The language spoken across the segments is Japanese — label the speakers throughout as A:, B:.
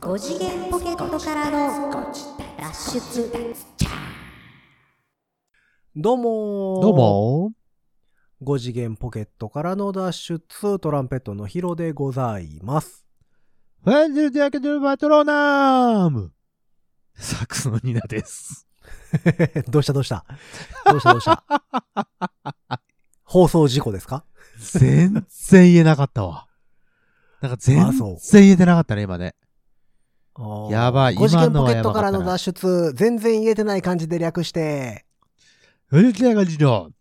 A: 5次元ポケットからの脱出
B: どうもー
C: どうも
B: 5次元ポケットからの脱出、トランペットのヒロでございます。
C: ファンジルディアケドルバトローナームサックスのニナです。
B: どうしたどうしたどうしたどうした放送事故ですか
C: 全然言えなかったわ。なんか全
B: あそう
C: 然言えてなかったね、今ね。やばい
B: 5次
C: 今
B: 元ポ
C: の
B: ケ
C: は
B: ッ
C: や
B: ト
C: ば
B: か
C: かっ
B: ら
C: た
B: の
C: な
B: 脱出、全然言えてない感じで略して。
C: ファンジルディアケドル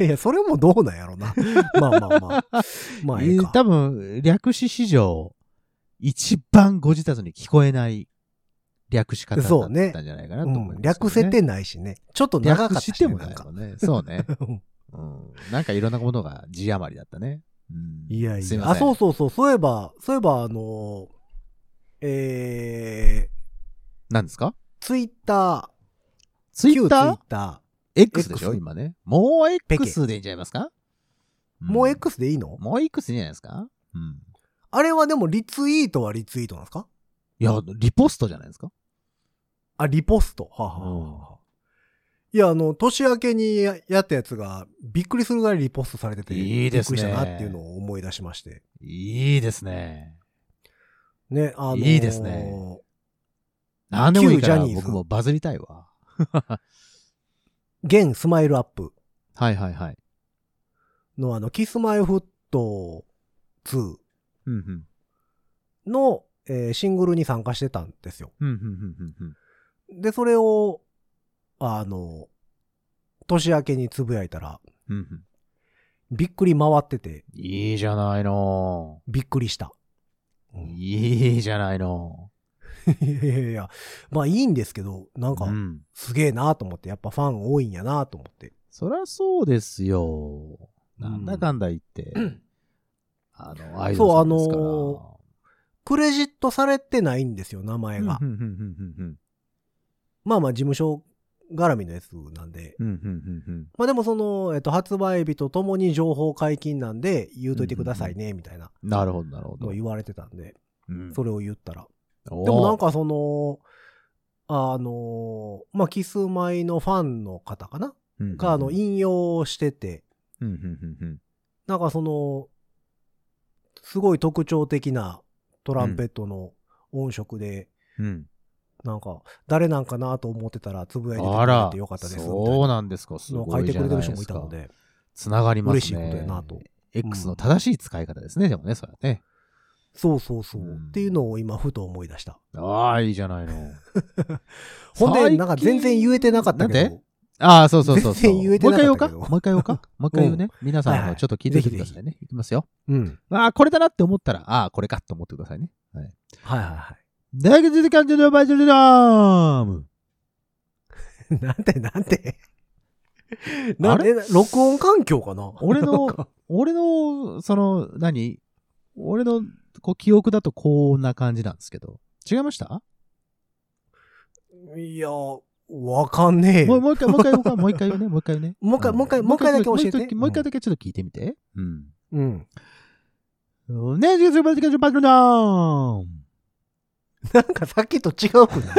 B: いや、それもどうなんやろな。まあまあ まあ。まあ、ええか。
C: 多分、略詞史上、一番ご自宅に聞こえない略し方だ
B: そうね
C: ったんじゃないかなと
B: う
C: 思います、
B: ん、略せてないしね。ちょっと長かった
C: 略
B: し、
C: し
B: ね、
C: てもな
B: なん
C: い
B: か
C: もんね。そうね。
B: うん
C: うん。なんかいろんなものが字余りだったね。うん、
B: いやい
C: す
B: や。
C: ま
B: あ、
C: せん
B: そうそうそう。そういえば、そういえば、あのー、えー、
C: なんですか
B: ツイッタ
C: ツ
B: ー、
C: イ
B: 旧ツイ
C: ッ
B: ッタ
C: ター
B: ー、
C: X でし
B: X
C: ょ今ね。もう
B: ペケ
C: X でいいんじゃないますか、ん
B: もう X でいいの、
C: もう X でいいんじゃないですかうん。
B: あれはでもリツイートはリツイートなんですか
C: いや、リポストじゃないですか
B: あ、リポスト。はあはあはあいや、あの、年明けにやったやつが、びっくりするぐらいリポストされてて、
C: いいですね
B: びっくりしたなっていうのを思い出しまして。
C: いいですね。
B: ね、あのー
C: いいですねなんでもいいか
B: 旧
C: ら
B: ジャニーズ
C: 僕もバズりたいわ。
B: 現スマイルアップ
C: はいはいはい。
B: のあの、キスマイフット2
C: うんうん。
B: の、えーシングルに参加してたんですよ。
C: うんうんうんうんうん。
B: で、それを、あの、年明けにつぶやいたら、
C: うんうん
B: びっくり回ってて、
C: いいじゃないの。
B: びっくりした。い
C: いいじゃないの。
B: や いやいや、まあいいんですけど、なんか
C: う、ん。
B: すげえなと思って、やっぱファン多いんやなと思って。
C: そりゃそうですよ。なんだかんだ言って。あの、アイドルさんですから。
B: そうあクレジットされてないんですよ、名前が。
C: うんうんうんうんうん。
B: まあまあ、事務所絡みのやつなんで。
C: うんうんうんうん。
B: まあでもその、えっと、発売日とともに情報解禁なんで、言うといてくださいね、みたいな
C: なるほど、なるほ
B: の
C: ど
B: を。言われてたんで、
C: うん
B: それを言ったら。で
C: で
B: もなん、かその、あの、まあ、キスマイのファンの方かなが、あの、
C: い。
B: 引用してて、
C: うんうんうんうん
B: なんかその、すごい特徴的なトランペットの音色で、
C: うん
B: なんか、誰なんかなと思ってたら、つぶやいててく
C: あら
B: れて、よかったです。
C: そうなんですか。
B: みたい
C: す
B: なのを
C: ご
B: 書い
C: い
B: て
C: じ
B: くれ
C: ゃな
B: て
C: い
B: る
C: です
B: 人
C: か。
B: もいたので、
C: つながりますね。
B: 嬉しいことやなと。
C: X の正しい使い方ですね、でもね、それはね。
B: そうそうそう。
C: うん
B: っていうのを今、ふと思い出した。
C: ああ、いいじゃない の。
B: ほん
C: 最
B: で、
C: 近
B: なんか全然言えてなかったけ
C: なん
B: ど
C: で、ああ、そうそうそうそう。
B: 全然言えてなかったけど
C: もう一回言おうか。もう一回言おうか。もう一回言うね。皆さん
B: はいは
C: も
B: い
C: ちょっと聞いてみてくださいね。いきますよ。
B: うん。
C: ああ、これだなって思ったら、ああ、これかって思ってくださいね。はい。
B: はいはいはい。
C: だけど、感じのバイトルダーム。
B: なんて、なん て。なんで、録音環境かな
C: 俺の
B: なんか
C: 俺の、その、何俺の、こう、記憶だとこんな感じなんですけど。違いました
B: いや、わかんねえ
C: もう
B: よ。
C: もう一回、もう一回、もう一回、もう一回言うね、も う一回言うね。
B: もう一回
C: ん
B: もう一回もう一回だけ教えて
C: もう一回もう一回だけちょっと聞いてみて。うん。
B: うん。
C: ねえ、ジュースバルケバルーン
B: なんかさっきと違うく ない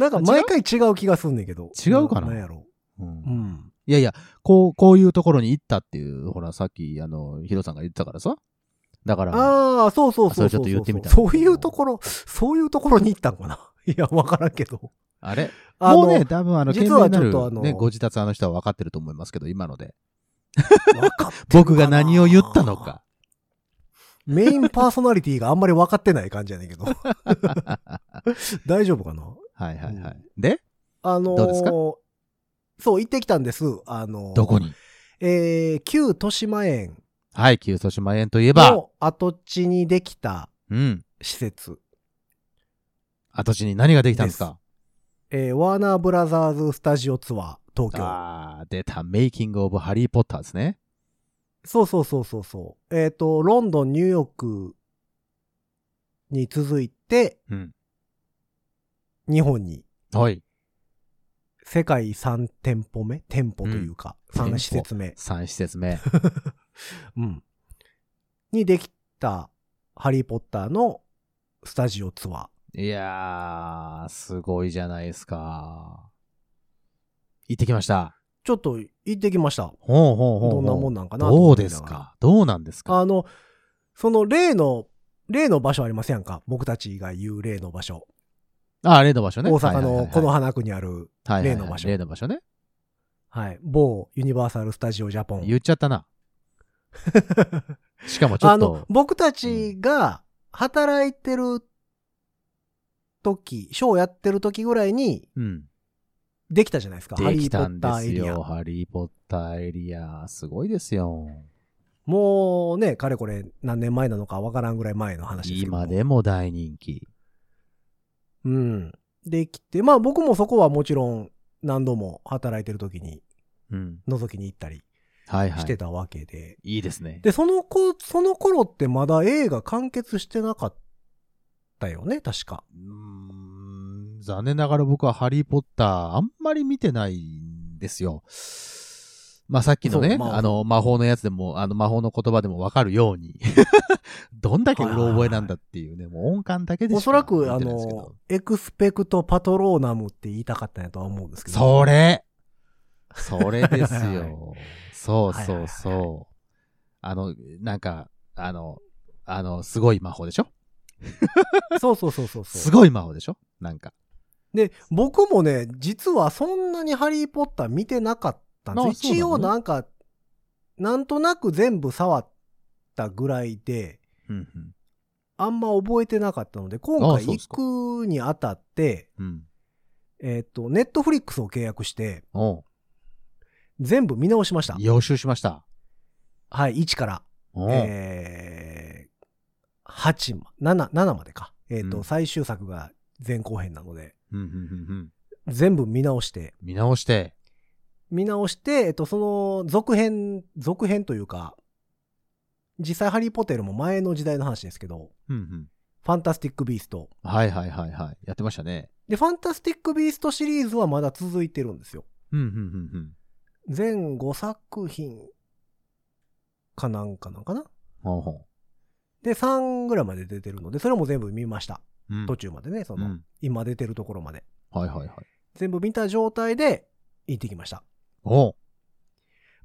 B: なんか毎回違う気がすんねんけど。
C: 違うかなん
B: やろ。
C: うん
B: うん。
C: いやいや、こう、こういうところに行ったっていう、ほら、さっき、あの、ヒロさんが言ってたからさ。だから、
B: ああ、そうそうそうそう。
C: それちょっと言ってみたんだ
B: そ
C: けど
B: ういうところ、そういうところに行ったんかな。 いや、わからんけど。
C: あれ
B: あの、
C: もうね、多分、あの、
B: 実
C: 懸
B: は
C: 命な
B: ちょっとあ
C: る、
B: の
C: ね、ご自宅あの人は分かってると思いますけど、今ので。
B: わかってるかな
C: 僕が何を言ったのか。。
B: メインパーソナリティがあんまり分かってない感じやねん けど。大丈夫かな
C: はいはいはい。で、
B: あのー
C: どうですか
B: そう、行ってきたんです。あのー
C: どこに
B: えー、旧豊島園
C: はい、旧豊島園といえば、
B: の跡地にできた
C: うん。
B: 施設。
C: 跡地に何ができたんですか
B: えー、ワーナーブラザーズスタジオツアー、東京。
C: あー、出た。メイキング・オブ・ハリー・ポッターですね。
B: そうそうそうそうそう。えっ、と、ロンドン、ニューヨークに続いて、
C: うん。
B: 日本に
C: はい。
B: 世界3店舗目店舗というか、
C: うん
B: 3施設目。
C: 3施設目。
B: うん。にできたハリーポッターのスタジオツアー。
C: いやー、すごいじゃないですか。行ってきました。
B: ちょっと行ってきました。
C: ほうほうほうほう。
B: どんなもんなんかなと
C: ど
B: 思
C: う
B: いなが
C: で
B: ら
C: すかどうなんですか
B: あの、その例の、例の場所ありませんか僕たちが言う例の場所。
C: あ、例の場所ね。
B: 大阪
C: はいはいはい
B: の
C: はい
B: この花区にある、
C: はいはいはい
B: 例の場所
C: 例の場所ね。
B: はい、某ユニバーサル・スタジオ・ジャポン。
C: 言っ ちゃったな。しかもちょ
B: あ
C: っ
B: の
C: と、、
B: 僕たちが働いてる時、ショーやってる時ぐらいに
C: うん。
B: できたじゃないですか。ハ
C: で
B: リー・
C: き
B: ポ
C: たん
B: ッター
C: です
B: エリア
C: よ。。ハリー・ポッターエリア。すごいですよ。
B: もうね、かれこれ何年前なのかわからんぐらい前の話ですけど。
C: 今でも大人気。
B: うん。できて、まあ僕もそこはもちろん何度も働いてる時に
C: うん。
B: 覗きに行ったり
C: はいは
B: して
C: い。
B: たわけで。
C: いいですね。
B: で、その子、その頃ってまだ映画完結してなかったよね、確か。
C: うーん残念ながら僕はハリー・ポッターあんまり見てないんですよ。まあさっきの
B: そ
C: ね、
B: うまあ
C: あの魔法のやつでも、あの魔法の言葉でもわかるように、 どんだけうろ覚えなんだっていうね、もう音感だけでしか
B: おそら
C: 見て
B: く、
C: な
B: あ
C: いですけ
B: の
C: ど、
B: エクスペクトパトローナムって言いたかったんやとは思うんですけど。
C: それそれ です
B: はいはい
C: よ。そ
B: は
C: う
B: いはい
C: そ
B: は
C: う
B: い
C: そう。あの、なんか、あの、あの、すごい魔法でしょ
B: そうそうそうそうそう。
C: すごい魔法でしょなんか。
B: で、僕もね、実はそんなにハリー・ポッター見てなかったん
C: あ
B: です。
C: そうなの
B: 一応なんか、なんとなく全部触ったぐらいで、
C: うんうん
B: あんま覚えてなかったので、今
C: あ
B: 回
C: そうですか
B: 行くにあたって、
C: うん。
B: えっ、と、ネットフリックスを契約して、
C: おう
B: 全部見直しました。
C: 予習しました。
B: はい、1から。
C: おう
B: えー、8ま、7、7までか。えっ、と、
C: うん
B: 最終作が前後編なので、
C: うんうんうんうん
B: 全部見直して、
C: 見直して。
B: 見直して、えっ、と、その続編、続編というか、実際ハリー・ポテルも前の時代の話ですけど、
C: うん
B: ファンタスティック・ビースト。
C: うん。はいはいはいはい。やってましたね。
B: で、ファンタスティック・ビーストシリーズはまだ続いてるんですよ。
C: うんうんうんうん。
B: 全5作品かなんかなんかな
C: ほうほ
B: で、3ぐらいまで出てるので、それも全部見ました。
C: う。うん
B: 途中までね、その、
C: うん
B: 今出てるところまで。
C: はいはいはい。
B: 全部見た状態で行ってきました。
C: おう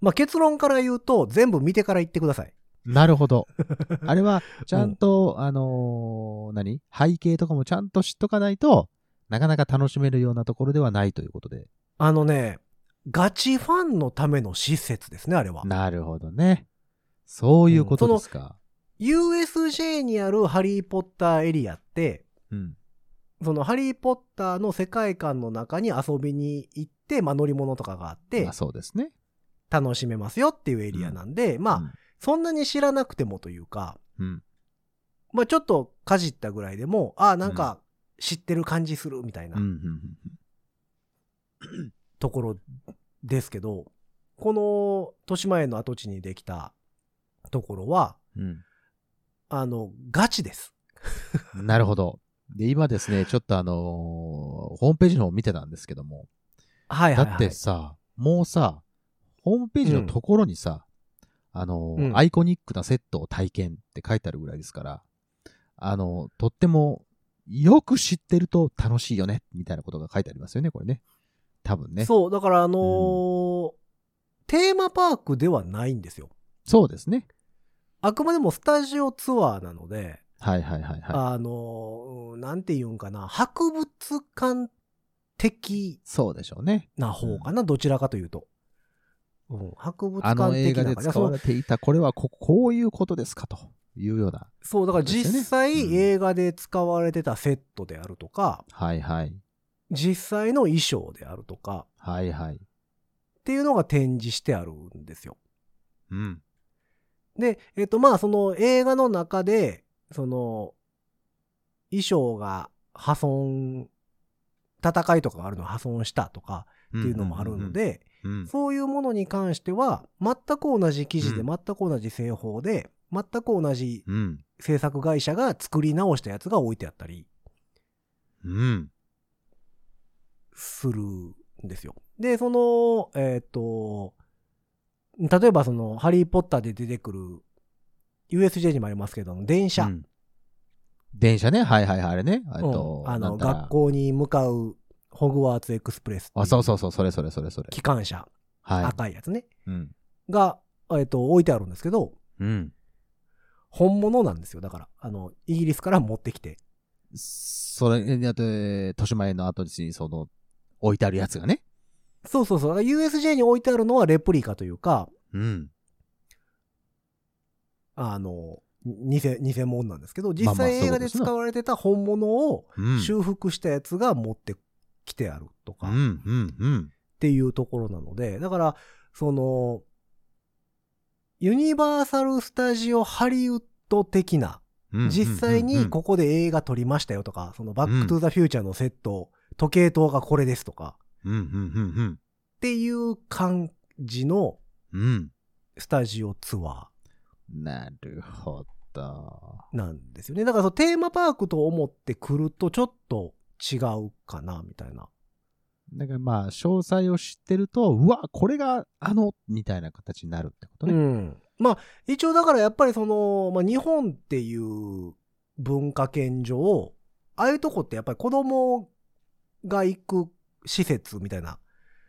B: まあ、結論から言うと、全部見てから行ってください。
C: なるほど。あれは、ちゃんと、あのー何背景とかもちゃんと知っとかないと、なかなか楽しめるようなところではないということで。
B: あのね、ガチファンのための施設ですね、あれは。
C: なるほどね。そういうことですか。
B: USJ にあるハリー・ポッターエリアって、
C: うん。
B: そのハリー・ポッターの世界観の中に遊びに行って、まあ、乗り物とかがあって
C: まあ、そうですね。
B: 楽しめますよっていうエリアなんで、まあ、そんなに知らなくてもというか、
C: うん。うん。
B: まあ、ちょっとかじったぐらいでも、ああ、なんか知ってる感じするみたいな
C: うん。うん。うん
B: ところですけど、この豊島園の跡地にできたところは、
C: うん。
B: あの、ガチです。
C: なるほど。で、今ですね、ちょっとあのーホームページの方を見てたんですけども、
B: はいはい、
C: だ
B: は
C: っ
B: い。
C: てさ、もうさ、ホームページのところにさ、あの
B: う
C: ー
B: ん
C: アイコニックなセットを体験って書いてあるぐらいですから、あのーとっても、よく知ってると楽しいよね、みたいなことが書いてありますよね、これね。多分ね。そう
B: そう、だからあのーテーマパークではないんですよ。
C: ですね。
B: あくまでもスタジオツアーなので、
C: はいはいはいはい。
B: あのーなんて言うんかな、博物館的
C: そうでしょうね。
B: な方かな、どちらかというと。うん、博物
C: あ
B: 館
C: の映
B: 的
C: 画
B: な
C: で
B: 感じ。
C: 使われていた、これはここういうことですか、というような。
B: そう、だから実際
C: そうですよねうん
B: 映画で使われてたセットであるとか、
C: はいはい。
B: 実際の衣装であるとか
C: はいはい。
B: っていうのが展示してあるんですよ。
C: うん。
B: で、えっ、とまあその映画の中でその衣装が破損戦いとかがあるのを破損したとか
C: っ
B: っていうのもあるの、で、
C: うんうんうん
B: そういうものに関しては全く同じ記事で全く同じ製法で全く同じ
C: うん。
B: 制作会社が作り直したやつが置いてあったり
C: うん。
B: するんですよ。で、その、えっ、と、例えばその、ハリー・ポッターで出てくる USJ にもありますけど、電車、
C: うん電車ね。はいはいはい。あれね。え
B: う
C: っと
B: んあ
C: な
B: の
C: んたら
B: 学校に向かうホグワーツエクスプレスってい
C: あ、そうそうそう。それそれそれそれ。
B: 機関車、
C: は
B: 赤いやつね、
C: い。うん。
B: が、えっと、置いてあるんですけど、
C: うん。
B: 本物なんですよ。だから、あの、イギリスから持ってきて。
C: それ、えあと、えー豊島園の後に、その、置いてあるやつがね。
B: そうそうそう。だから USJ に置いてあるのはレプリカというか、
C: うん。
B: あの、に偽、偽物なんですけど、
C: まあ
B: 実際
C: そう
B: 映
C: いうこ
B: 画
C: とで
B: です使
C: な
B: われてた本物を
C: うん。
B: 修復したやつが持ってきてあると
C: う
B: か、っ
C: ん、うん、うん。
B: ていうところなので、だから、その、ユニバーサル・スタジオ・ハリウッド的な、
C: うん
B: 実際にここで映画撮りましたよとか、そのバック・トゥ・ザ・フューチャーのセット、時計塔がこれですとか、
C: うん、うん、うん、
B: っていう感じの
C: うん。うん。
B: スタジオツア
C: なるほ
B: ー
C: ど。
B: なんですよね。だからそのテーマパークと思ってくるとちょっと違うかな、みたいな。
C: だからまあ、詳細を知ってると、うわ、これがあの、みたいな形になるってこと
B: う
C: ね。
B: ん。まあ、一応だからやっぱりその、まあ日本っていう文化圏上、ああいうとこってやっぱり子供が行く施設みたいな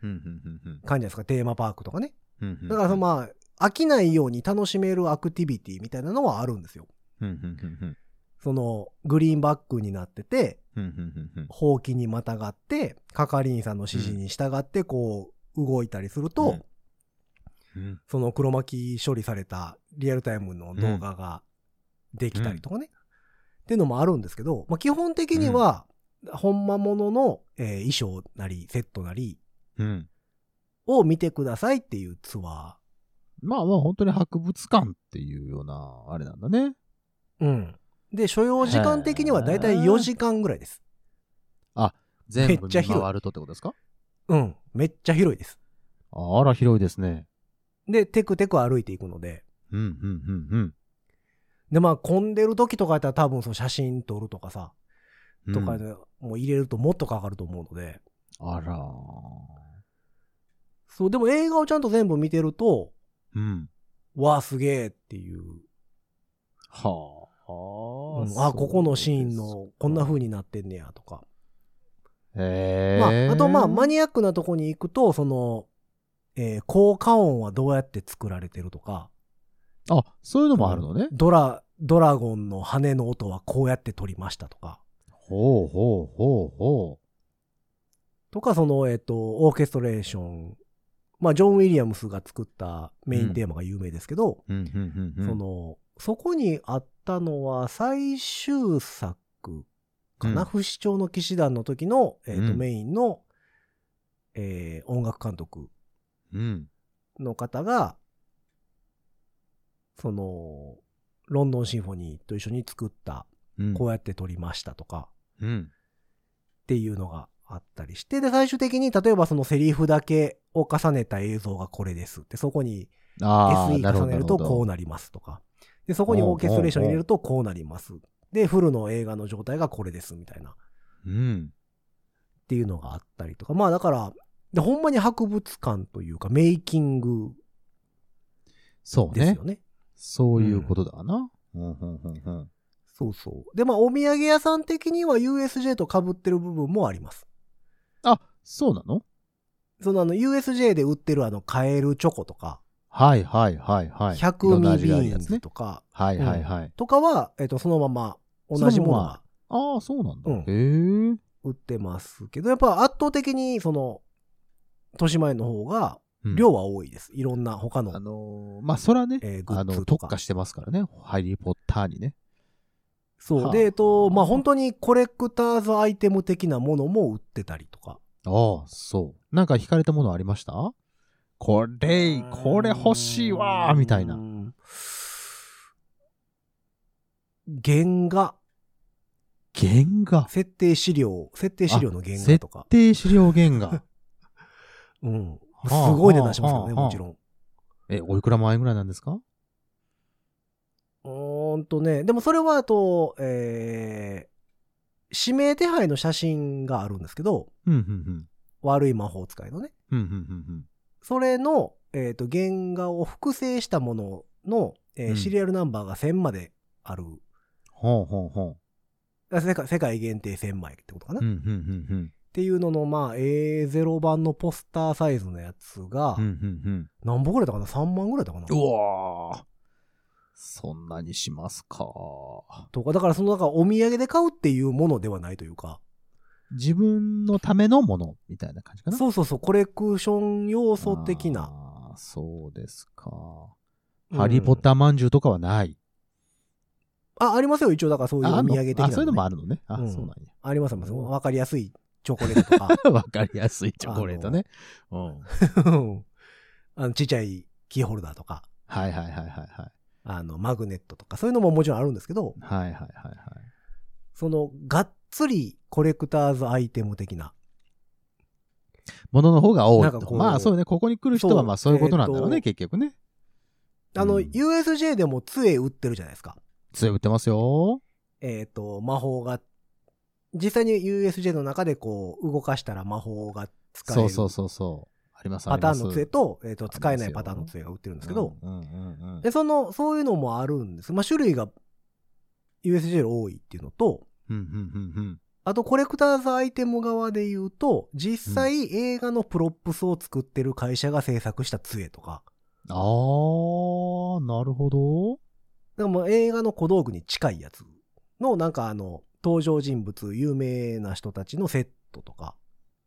C: うん、うん、うんうん
B: 感じなんですか、テーマパークとかね。
C: うんうん。
B: だからそのまあ、飽きないように楽しめるアクティビティみたいなのはあるんですよ。
C: うん、うん、うん、うん
B: その、グリーンバックになってて、
C: うん、うんうんうん。
B: ほうきにまたがって、係員さんの指示に従って、こう、動いたりすると、
C: うんうん
B: その黒巻き処理されたリアルタイムの動画ができたりとかね。っていうのもあるんですけど、まあ、基本的には、本間ものの、えー衣装なり、セットなり
C: うん。
B: を見てくださいっていうツア
C: まあまあ、本当に博物館っていうような、あれなんだね。
B: ー。うん。で、所要時間的にはだいたい
C: へー
B: 4時間ぐらいです。
C: 全部
B: めっ
C: 見
B: ちゃ広い
C: 回るとってことですか
B: うん。めっちゃ広いです。
C: ああら、広いですね。
B: で、テクテク歩いていくので、
C: うん、うん、うん、
B: で、まあ、混んでる時とかやったら多分その写真撮るとかさ、
C: うん。
B: とか
C: うん
B: でもう入れるともっとかかると思うので、
C: あら。
B: そう、でも映画をちゃんと全部見てると、
C: うん。
B: わあ、すげえっていう、
C: はあ。
B: うん
C: そうですか
B: あ、ここのシーンのこんな風になってんねやとか。
C: へ
B: ま
C: え。
B: あ、あとまあ、マニアックなとこに行くと、その、えー効果音はどうやって作られてるとか、
C: あ、そういうのもあるのね。
B: ドラ、ドラゴンの羽の音はこうやって撮りましたとか、
C: ほうほうほうほ
B: とか、その、えっ、と、オーケストレーション。まあ、ジョン・ウィリアムスが作ったメインテーマが有名ですけど、
C: う。うん、うん、うん、うん。
B: その、そこにあったのは最終作かな、
C: うん
B: 不死鳥の騎士団の時の、えっ、と、
C: うん
B: メインの、えー音楽監督
C: うん。
B: の方が、その、ロンドンシンフォニーと一緒に作った、
C: うん。
B: こうやって撮りましたとか、
C: うん。
B: っていうのがあったりして、で、最終的に、例えばそのセリフだけを重ねた映像がこれですって、そこに
C: ああ、な
B: SE
C: る
B: 重
C: ほど。
B: ねるとこうなりますとか、で、そこにオーケストレーション入れるとこうなります。で、フルの映画の状態がこれですみたいな、っ
C: う。うん。
B: ていうのがあったりとか、まあだから、で、ほんまに博物館というか、メイキング
C: そう
B: です
C: ね
B: よ。ね。
C: そういうことだな。うん、うん、うん、うん。
B: そうそう。で、まあお土産屋さん的には USJ と被ってる部分もあります。
C: あ、そうなの
B: そのあの USJ で売ってるあのカエルチョコとか、
C: はい、はい、はい、はい。いろ
B: 100
C: んな
B: ミ
C: 味
B: リビ
C: がある
B: ー
C: や
B: ン
C: つ
B: ズ
C: ね。
B: とか、
C: はい、はい、はい。
B: とかは、えっと、そのまま同じものが
C: ああ、そうなんだ。
B: うん
C: へえ。
B: 売ってますけど、やっぱ圧倒的に、その、豊島園の方が、
C: うん
B: 量は多いです。いろんな他
C: あ
B: の。
C: のーまあ、それはね、
B: えーグッ
C: あ
B: ズ
C: の、
B: とか
C: 特化してますからね。ハリー・ポッターにね。
B: そ
C: は
B: う。
C: あ
B: で、えっと、まあ、本当にコレクターズアイテム的なものも売ってたりとか。
C: ああ、そう。なんか惹かれたものありましたこれ、これ欲しいわーみたいうな。
B: ん。原画、
C: 原画。
B: 設定資料、設定資料の原画とか。
C: 設定資料原 画。
B: うん。す
C: あ
B: ごい値段しますけどね、
C: はあ
B: もちろん。
C: え、おいくら万円ぐらいなんですか
B: うーんとね、でもそれはあと、えー指名手配の写真があるんですけど、
C: うん、うん、うん。
B: 悪い魔法使いのね。
C: うん、うん、うん、うん。
B: それの、えっ、と、原画を複製したものの、えー
C: うん
B: シリアルナンバーが1000まである。
C: ほうほうほ
B: あ世界世界限定1000枚ってことかな、
C: う。う
B: っ
C: ん、うん、うん、
B: ていうのの、まあ、A0 版のポスターサイズのやつが、
C: うん。うん、うん、
B: 何本ぐらいだかな ?3 万ぐらいだかな
C: うん。うわーそんなにしますか。
B: とか、だからその、だからお土産で買うっていうものではないというか、
C: 自分のためのものみたいな感じかな。
B: そうそうそう、コレクション要素的な。
C: あー。そうですか。
B: うん
C: ハリー・ポッターまんじゅうとかはない。
B: あ、ありますよ、一応、だからそういうお
C: あ
B: 土
C: あんの
B: 産的な、
C: あそういうのも
B: あ
C: あるのね。あ、
B: うん
C: そうなんや。
B: あります、あります。わかりやすいチョコレートとか
C: わかりやすいチョコレートね。うん。
B: うん、あの、ちっちゃいキーホルダーとか、
C: はいはいはいはいはい。
B: あの、マグネットとか、そういうのももちろんあるんですけど、
C: はいはいはいはい。
B: その、がっつりコレクターズアイテム的な。
C: ものの方が多
B: ないんか
C: と。
B: こう
C: まあそうね、ここに来る人
B: そ
C: は
B: う
C: まあそういうことなんだろう
B: え
C: ね、
B: ーと
C: 結局ね。
B: あの、
C: うん
B: USJ でも杖売ってるじゃないですか。
C: 強い売ってますよ。
B: えっ、と、魔法が、実際に USJ の中でこう、動かしたら魔法が使える。
C: そうそうそうそう。ありますあ
B: パ
C: り
B: タ
C: ま
B: ーン
C: す。
B: の杖と、えっ、と、使えないパターンの杖が売ってるんですけど、
C: うんうんうんうん
B: で、その、そういうのもあるんです。まあ、種類が USJ より多いっていうのと、
C: うんうんうんうん。
B: あと、コレクターズアイテム側で言うと、実際映画のプロップスを作ってる会社が制作した杖とか、
C: あー、なるほど。
B: だからもう映画の小道具に近いやつの、なんかあの、登場人物、有名な人たちのセットとか、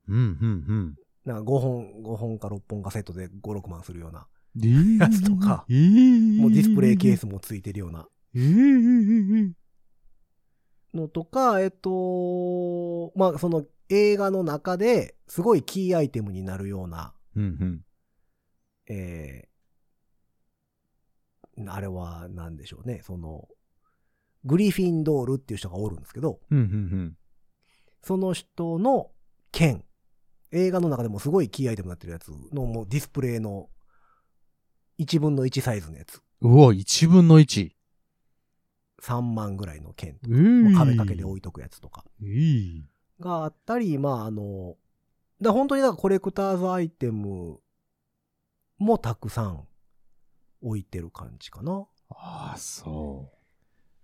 C: うんうんうん。
B: なんか5本、5本か6本かセットで5、6万するような、
C: や
B: つとか、
C: えー
B: もうディスプレイケー。スもついてるような
C: えーえーえー
B: のとか、えっと、まあ、その映画の中ですごいキーアイテムになるような、
C: うんうん。
B: えー、あれは何でしょうね、その、グリフィンドールっていう人がおるんですけど、
C: うんうん
B: その人の剣、映画の中でもすごいキーアイテムになってるやつのもうディスプレイの1分の1サイズのやつ、
C: うん。うわ、1分の1。
B: 3万ぐらいの剣、
C: えー
B: 壁掛けで置いとくやつとか
C: えー
B: があったり、まああの、だ本当にだからコレクターズアイテムもたくさん置いてる感じかな。
C: ああ、そ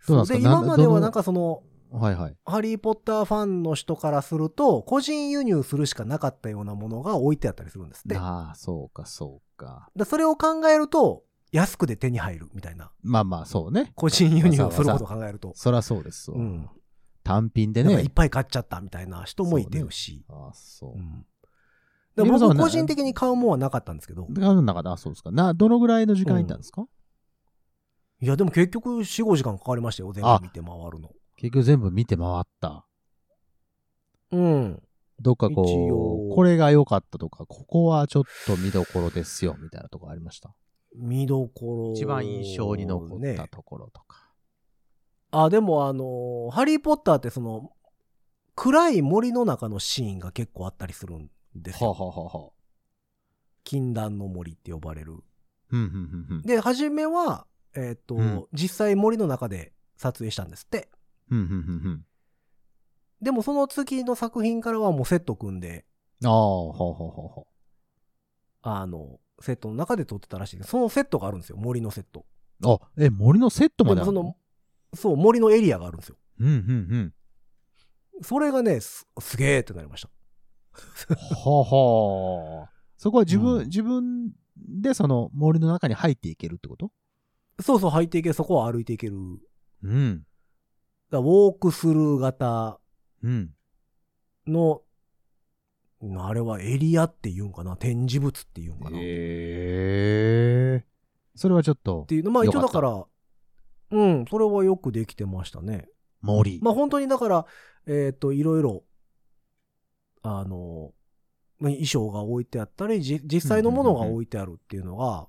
C: どうな
B: そ
C: ん
B: う
C: ですか
B: で、
C: な
B: 今まで
C: どの
B: はなんかその、
C: う。はいはい。
B: ハリー・ポッターファンの人からすると、個人輸入するしかなかったようなものが置いてあったりするんですって。だか
C: ああ、そうか、そうか。
B: らそれを考えると、安くで手に入るみたいな。
C: まあまあ、そうね。
B: 個人輸入
C: わ
B: を
C: ざ
B: す
C: わ
B: るこ
C: ざ
B: とを考えると。
C: そらそうですわ。
B: うん。
C: 単品で
B: だからい
C: ね
B: っ。ぱい買っちゃったみたいな人もいてるし。
C: ああ、そうう。
B: ん。だから僕個人的に買うもんはなかったんですけど。
C: であの中で、あ、そうですか。な、どのぐらいの時間いたんですか、
B: いや、でも結局4、5時間かかりましたよ。全部見て回るの。
C: 結局全部見て回った。
B: うん。
C: どっか
B: 一
C: こ
B: 応
C: う、これが良かったとか、ここはちょっと見どころですよ、みたいなとこありました。
B: 見どころ。
C: 一番印象に残っ
B: ね
C: たところとか。
B: あ、でもあのーハリー・ポッターってその、暗い森の中のシーンが結構あったりするんです
C: はあ
B: よ。
C: はあはあはあ。
B: 禁断の森って呼ばれる。
C: うんうんうんうん。
B: で、初めは、えっ、と、
C: うん
B: 実際森の中で撮影したんですって。
C: うんうんうんうん。
B: でもその次の作品からはもうセット組んで、
C: ああ、はあはあはあはあ。
B: あの、セットの中で撮ってたらしいですそのセットがあるんですよ。森のセット。
C: あ、え、森のセットまで
B: で
C: あ
B: も
C: る
B: そ
C: の
B: の、そう、森のエリアがあるんですよ。
C: うんうんうん。
B: それがね、すすげーってなりました。
C: ははそこは自分、
B: うん
C: 自分でその森の中に入っていけるってこと
B: そうそう、履いていける、そこは歩いていける。
C: うん。
B: だからウォークスルー型
C: うん。
B: の、あれはエリアっていうんかな、展示物っていうんかな。っ
C: ええそれはちょっと
B: て、いうの、まあ
C: よ
B: 一
C: かっ
B: 応
C: た
B: だから、うん、それはよくできてましたね。
C: 森。
B: まあ本当にだから、えっ、と、いろいろ、あの、まあ衣装が置いてあったり、じ実際のものが置いてあるっていうのが、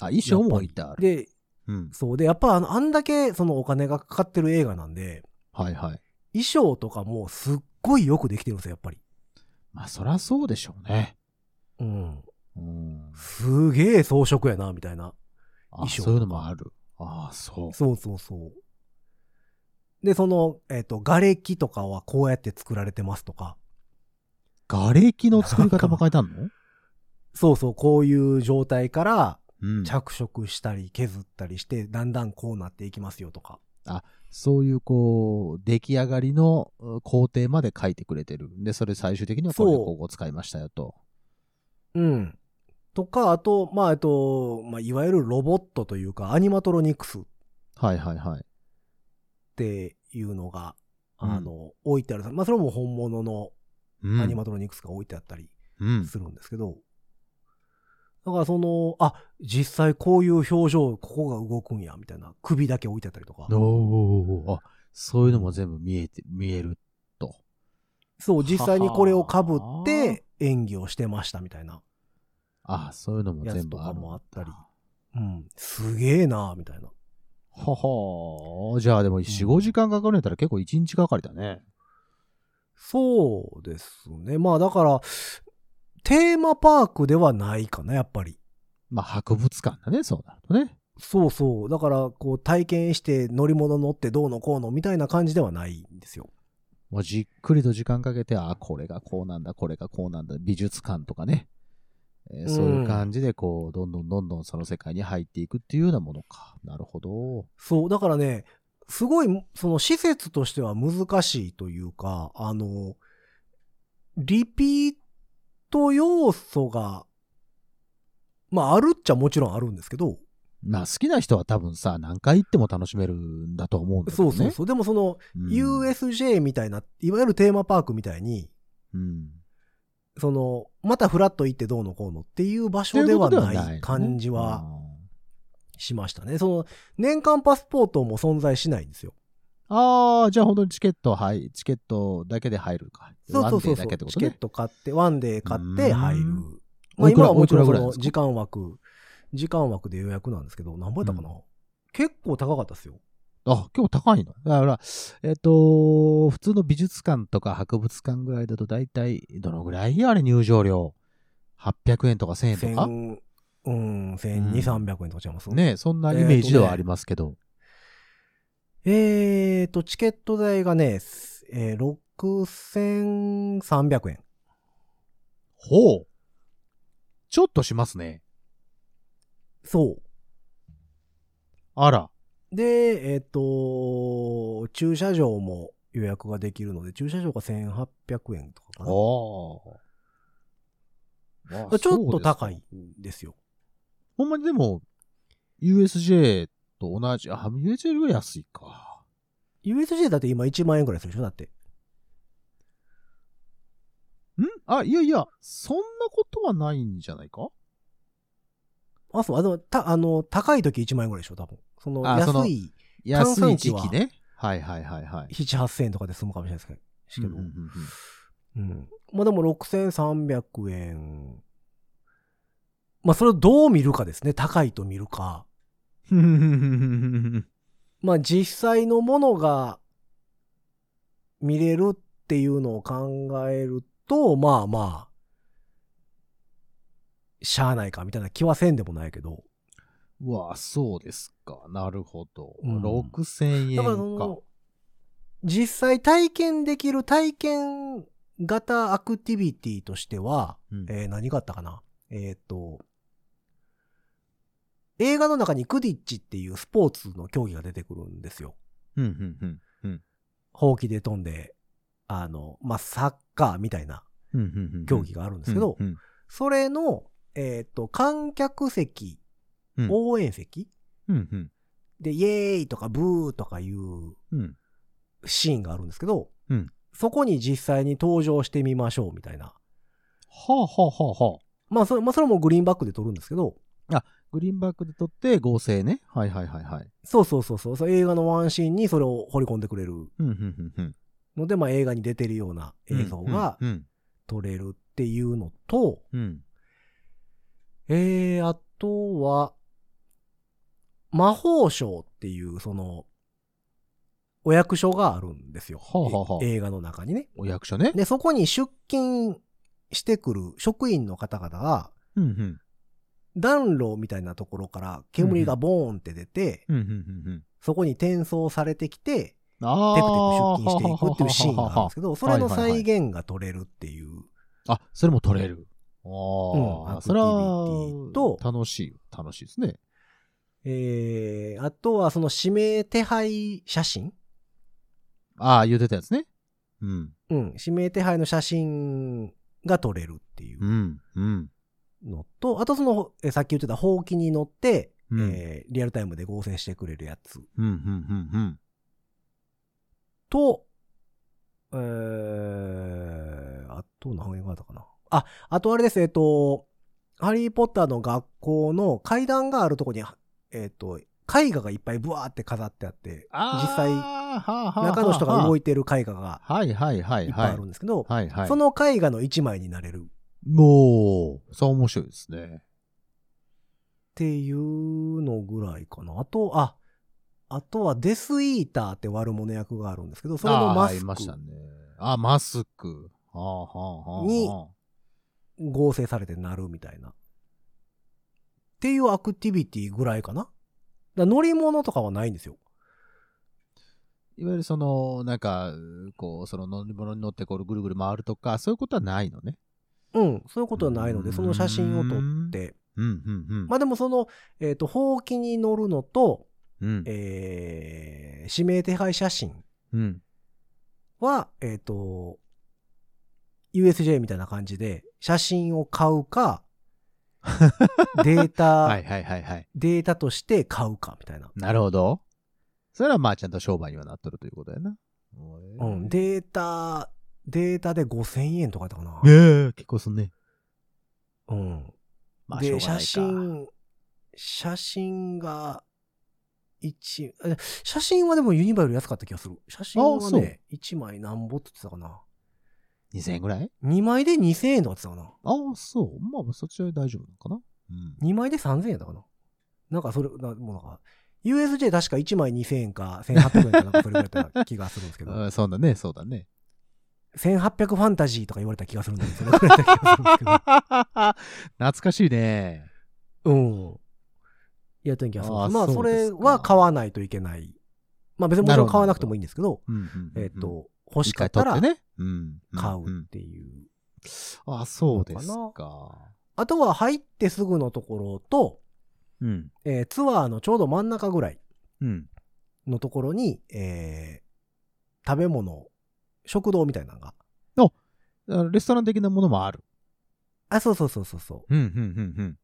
C: あ、衣装も置いてある。
B: で、
C: うん。
B: そうで、やっぱあのあんだけそのお金がかかってる映画なんで、
C: はいはい。
B: 衣装とかもすっごいよくできてるんですよ、やっぱり。
C: まあ、そらそうでしょうね。
B: うん。
C: うん。
B: すげえ装飾やな、みたいな。
C: あ、
B: 衣装
C: そういうのもある。ああ、そう。
B: そうそうそう。で、その、えっ、と、瓦礫とかはこうやって作られてますとか、
C: 瓦礫の作り方も書いてあるの
B: そうそう、こういう状態から、
C: うん、
B: 着色したり削ったりして、だんだんこうなっていきますよとか。
C: そういうこう出来上がりのう工程まで書いてくれてるでそれ最終的にはこれ
B: そう
C: ここ使いましたよと
B: うん。とか、あと、まあ、えっと、まあ、いわゆるロボットというか、アニマトロニクスっ
C: はいはいはい
B: ていうのが、
C: うん
B: あの、置いてある。まあ、それも本物の
C: うん
B: アニマトロニクスが置いてあったり
C: うん
B: するんですけど、だからその、あ、実際こういう表情、ここが動くんや、みたいな、首だけ置いてあったりとか。
C: おーあそういうのも全部見えて見えると
B: そう、実際にこれをかぶっ
C: はは
B: て演技をしてましたみたいな。
C: あそういうのも
B: やつ
C: 全
B: と
C: 部
B: か
C: ある
B: もあったりうん。すげえなみたいな。
C: ははじゃあでも45、
B: うん
C: 5時間かかるんやったら結構1日がかりだね
B: そうですね。まあだから、テーマパークではないかな、やっぱり。
C: まあ博物館だねそうなるとね
B: そうそう。だから、こう、体験して乗り物乗ってどうのこうのみたいな感じではないんですよ。
C: もうじっくりと時間かけて、あ、これがこうなんだ、これがこうなんだ、美術館とかね。えー
B: ん
C: そういう感じで、こう、どんどんどんどんその世界に入っていくっていうようなものか。なるほど。
B: そう。だからね、すごい、その施設としては難しいというか、あの、リピート要素が、まあ、あるっちゃもちろんあるんですけど、
C: まあ、好きな人は多分さ、何回行っても楽しめるんだと思うんだけど
B: そ
C: ね。
B: うそうそう。でもその、
C: うん。
B: USJ みたいな、いわゆるテーマパークみたいに、
C: うん。
B: その、またフラット行ってどうのこうのっていう場所ではない感じはしましたね。その、年間パスポートも存在しないんですよ。
C: ああー、じゃあ本当にチケット、はい、チケットだけで入るか。
B: そうそうそう
C: ワンデ
B: そ
C: ーだ
B: う、
C: けってこ
B: チ
C: と
B: ケ
C: ね
B: ッ。ト買って、ワンデー買って入る
C: う。
B: まあ
C: おいく
B: 今
C: ら
B: はもちろん
C: おい
B: そ
C: くらぐらいで
B: の
C: すか
B: 時間枠、時間枠で予約なんですけど、何倍だったかな、結構高かったですよ。
C: あ、今日高いのだから、えっ、と、普通の美術館とか博物館ぐらいだと大体、どのぐらいあれ入場料 ?800 円とか1000円とか
B: 千、うん、千二三百円とかちゃいます
C: ねそんなイメージではありますけど。
B: えーと、チケット代がね、えー、6300円。
C: ほうちょっとしますね。
B: そ
C: あら。
B: う。で、えっ、と、駐車場も予約ができるので、駐車場が1800円とかかな。
C: お
B: ちょっと高い。んですよ。
C: ほんまにでも、USJ と同じ、あ、USJ よりは安いか。
B: USJ だって今1万円ぐらいするでしょだって。
C: んあ、いやいや、そんなことはないんじゃないか
B: あ、そう、あの、た、あの、高い時1万円ぐらいでしょ多分。その、
C: あその
B: 安い炭
C: 安
B: 酸
C: い
B: 値
C: 時
B: は
C: 期ね。はいはいはいはい。
B: 7、8000円とかで済むかもしれないですけど。
C: うんうんうんうん
B: うん。まあでも6300円。まあそれをどう見るかですね。高いと見るか。
C: ふんふんふんふんふんふん
B: まあ実際のものが見れるっていうのを考えると、まあまあ、しゃあないかみたいな気はせんでもないけど。
C: うわそうですか。なるほど。
B: うん
C: 6000円
B: だからそ
C: か。
B: の、実際体験できる体験型アクティビティとしては、
C: うん
B: えー何があったかなえーっ、と、映画の中にクディッチっていうスポーツの競技が出てくるんですよ。
C: うんうんうんうん
B: ほうきで飛んで、あの、まあ、サッカーみたいな
C: うんうんうんうん
B: 競技があるんですけど、
C: うんうん
B: それの、えーっ、と、観客席、
C: うん
B: 応援席
C: うんうん
B: で、イエーイとかブーとかいう
C: うん
B: シーンがあるんですけど、
C: うん
B: そこに実際に登場してみましょうみたいな。
C: はあはあはあはあ。
B: まあそれ、まあ、それもグリーンバックで撮るんですけど、
C: グリーンバックで取って合成ね。はいはいはいはい。
B: そうそうそうそう、その映画のワンシーンにそれを掘り込んでくれる
C: うんうんうん
B: ので、まあ映画に出てるような
C: うん
B: 映像が
C: うん
B: 撮れるっていうのと、
C: うんうん。
B: えー、あとは、魔法省っていう、その、お役所があるんですよ。
C: はあはあはあ
B: え映画の中にね。
C: お役所ね。
B: で、そこに出勤してくる職員の方々が、
C: うんうん
B: 暖炉みたいなところから煙がボーンって出て、
C: うんうんうんうん。
B: そこに転送されてきて、
C: あ
B: テ
C: あ。
B: クテク出勤していくっていうシーンがあるんですけ
C: け
B: ど、それの再現が取れるっていう。
C: ど。あ、それも取れる。ああ、
B: うん
C: それ
B: アクティビティと
C: は楽しい、楽しいですね。
B: えー、あとはその指名手配写真
C: ああ、言ってたやつね。うん、
B: うん、指名手配の写真が撮れるっていう
C: うん、うん。
B: のと、あとその、えさっき言ってたほうきに乗って、
C: うん
B: えーリアルタイムで合成してくれるやつ
C: うん、うん、うん、
B: と、えー、あと何があったかな。あ、あとあれです、えっと、ハリーポッターの学校の階段があるとこに、えっと、絵画がいっぱいブワーって飾ってあって、実際
C: 際
B: 中の人が動
C: いて。
B: いてる絵画が
C: はい、はい、はいい、
B: っぱい
C: は
B: あ
C: い
B: る。んですけど、
C: はい、はい
B: そ。の絵画の一枚になれる
C: もう、そう面白いです
B: っ
C: ね。
B: ていうのぐらいかな。あと、あ、あとはデスイーターって悪者役があるんですけど、それの
C: あ
B: マ
C: ーはい
B: ス
C: いました
B: ク
C: ね。あ、マスク。あーはあ、はあ、
B: に
C: はあ。
B: 合成されてなるみたいな。っていうアクティビティぐらいかな。だから乗り物とかはないんですよ。
C: いわゆるその、なんか、こう、その乗り物に乗ってこうぐるぐる回るとか、そういうことはないのね。
B: うん、そういうことはないの
C: うー
B: で、
C: ん
B: その写真を撮って。
C: うん、うん、うん。
B: まあでもその、えっ、と、ほうきに乗るのと、
C: うん、
B: えー、指名手配写真
C: うん。
B: は、えっ、と、USJ みたいな感じで、写真を買う か、データ、
C: はい、はい、はい、はい。
B: データとして買うか、みたいな。
C: なるほど。それはまあちゃんと商売にはなっとるということやな。
B: うん、データ、データで5000円とかだったかな。
C: ええ結構すんね。
B: うん。
C: まあしょ
B: で、
C: うがない
B: 写
C: か。
B: 真、写真が、一、あ写真はでもユニバより安かった気がする。写真はね、1枚何ぼって言ってたかな。
C: 2000円ぐらい
B: 2枚で2000円とかって言ってたか
C: ああ、そう。まあそっちは大丈夫なのかな。うん。
B: な。2枚で3000円だったかな。なんかそれ、なもうなんか、USJ 確か1枚2000円か1800円かなんかそれぐらいだった気がするんですけど、
C: うんそうだね、そうだね。
B: 1800ファンタジーとか言われた気がするんですよ。それぐらいだった気がするんですけど。
C: 懐かしいね。
B: うん。やったん気がするんです
C: あー
B: まあ、
C: そ
B: そう
C: です
B: れ
C: か
B: は買わないといけない。まあ、別にもちろん買わなくてもいいんですけど、
C: うんうんうん
B: えっ、、と、欲し
C: 一
B: か
C: 回
B: った
C: 取っ
B: ら
C: てね。うん。
B: 買うんっ。ていう。
C: あ、そうです
B: の
C: か。
B: あとは入ってすぐのところと、
C: うん。
B: えーツアーのちょうど真ん中ぐらい
C: うん。
B: のところに、えー食べ物、食堂みたいなのが。
C: あレストラン的なものもある。
B: あ、そうそうそうそうそう。
C: うん、うん、うん、うん。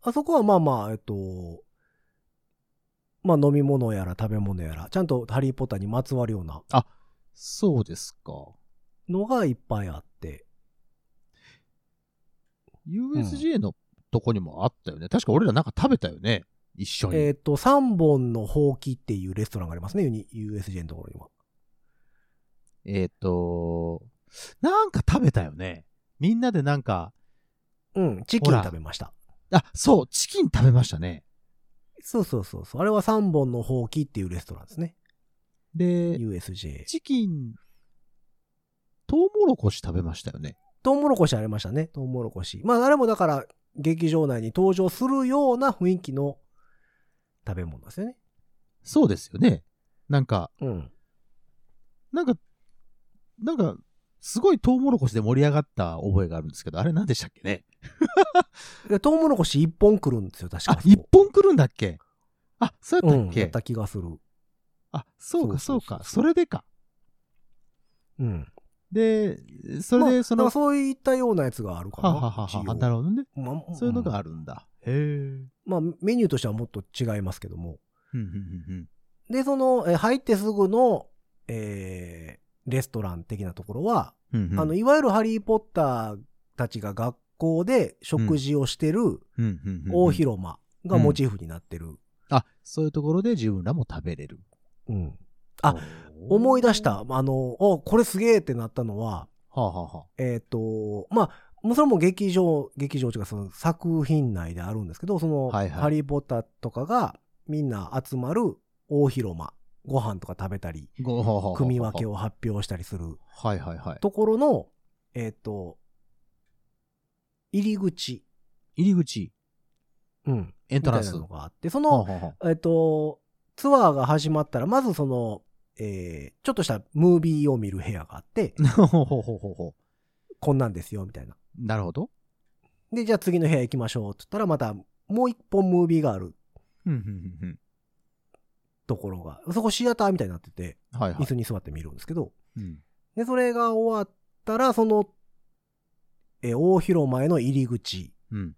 B: あそこはまあまあ、えっと、まあ飲み物やら食べ物やら、ちゃんとハリーポッターにまつわるような
C: そうですか。
B: のがいっぱいあって、
C: USJ のとこにもあったよね。確か俺らなんか食べたよね。一緒に。
B: えっ、と、3本のほうきっていうレストランがありますね、ユニ USJ のところには。
C: えっ、と、なんか食べたよね。みんなでなんか、
B: うん、チキ
C: ほ
B: ン
C: ら
B: 食べました。
C: あ、そう、チキン食べましたね。
B: そうそうそうそう。あれは3本のほうきっていうレストランですね。
C: で、
B: USJ。
C: チキン、トウモロコシ食べましたよね。
B: トウモロコシありましたね、トウモロコシ。まあ、あれもだから、劇場内に登場するような雰囲気の食べ物ですよね。
C: そうですよね。なんか、
B: うん。
C: なんか、なんか、すごいトウモロコシで盛り上がった覚えがあるんですけど、あれ何でしたっけね
B: でトウモロコシ1本来るんですよ、確か
C: あ、一本来るんだっけあ、そうやった
B: 本
C: っ
B: うん、
C: け、
B: やった気がする。
C: あ、そうかそう
B: そうそう
C: か、
B: そ
C: それでか。
B: うん。
C: で、それ
B: ま
C: で
B: あ
C: そ
B: だか
C: の、
B: らそういったようなやつがあるかな。
C: ははは
B: 一応
C: は、なるほどね。
B: まあ
C: そういうのが
B: ん
C: あるんだ。へえ。
B: まあ、メニューとしてはもっと違いますけども。
C: うんうんうんうん
B: で、その、えー入ってすぐの、えーレストラン的なところは、
C: うんうん
B: あの、いわゆるハリー・ポッターたちが学校で食事をしてる
C: うんうんうん
B: 大広間がモチーフになってる。
C: あ、そういうところで自分らも食べれる。
B: うんあ
C: おー、
B: 思い出し
C: は
B: た、あの、お、これすげえってなったのは、
C: あ、はあは
B: えっ、と、まあ、もうそれも劇場、劇場というかその作品内であるんですけど、その、
C: はいはい
B: ハリー・ポッターとかがみんな集まる大広間、ご飯とか食べたり、
C: あ、ごはあはあはあ
B: 組み分けを発表したりする
C: はいはいはい。
B: ところの、えっ、と、入り口、
C: 入り口、
B: うん、
C: エントランス。
B: みたいなの
C: は
B: があって、そ
C: あは
B: の、
C: あはあ
B: えっ、と、ツアーが始まったら、まずその、えーちょっとしたムービーを見る部屋があって、
C: ほうほうほうほうほ
B: こんなんですよ、みたいな。
C: うなるほど。
B: で、じゃあ次の部屋行きましょうって言ったら、またもう一本ムービーがある
C: うんうんうん
B: ところが、そこシアターみたいになってて、
C: うんはいは
B: 椅
C: い。
B: 子に座って見るんですけど、
C: うん
B: で、それが終わったら、その、えー大広間への入り口
C: うん。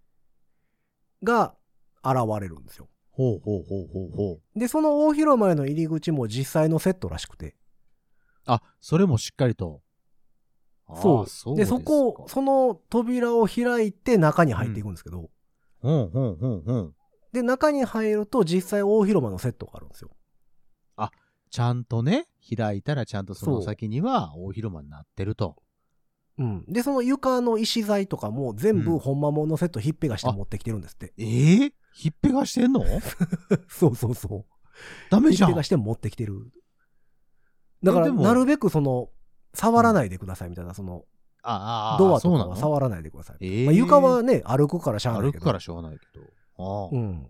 B: が現れるんですよ。
C: ほうほうほうほうほう。
B: で、その大広間への入り口も実際のセットらしくて。
C: あ、それもしっかりと。あー
B: そう
C: そう
B: で、
C: すか
B: そこを、その扉を開いて中に入っていくんですけど、
C: うんうんうんうん。
B: で、中に入ると実際大広間のセットがあるんですよ。
C: ちゃんとね、開いたらちゃんとそ
B: そ
C: の
B: う
C: 先には大広間になってると。
B: うん。で、その床の石材とかも全
C: う
B: 部
C: ん
B: 本間ものセットひっぺがして持ってきてるんですっ て。
C: えー、ひっぺがしてんの
B: そうそうそう。
C: ダメ
B: ひ
C: じ
B: っ
C: ゃ
B: ぺ
C: ん
B: が。して持ってきてる。だか
C: え
B: ら、
C: でも
B: なるべくその、触らないでくださいみたいな、その、
C: ああ、
B: ドアと
C: そう
B: か
C: な
B: は
C: の
B: 触らないでください。
C: えー
B: まあ、床はね、歩くからしゃあない
C: 歩
B: け
C: く
B: ど。
C: からしょうがないけど。
B: う
C: あ
B: ん。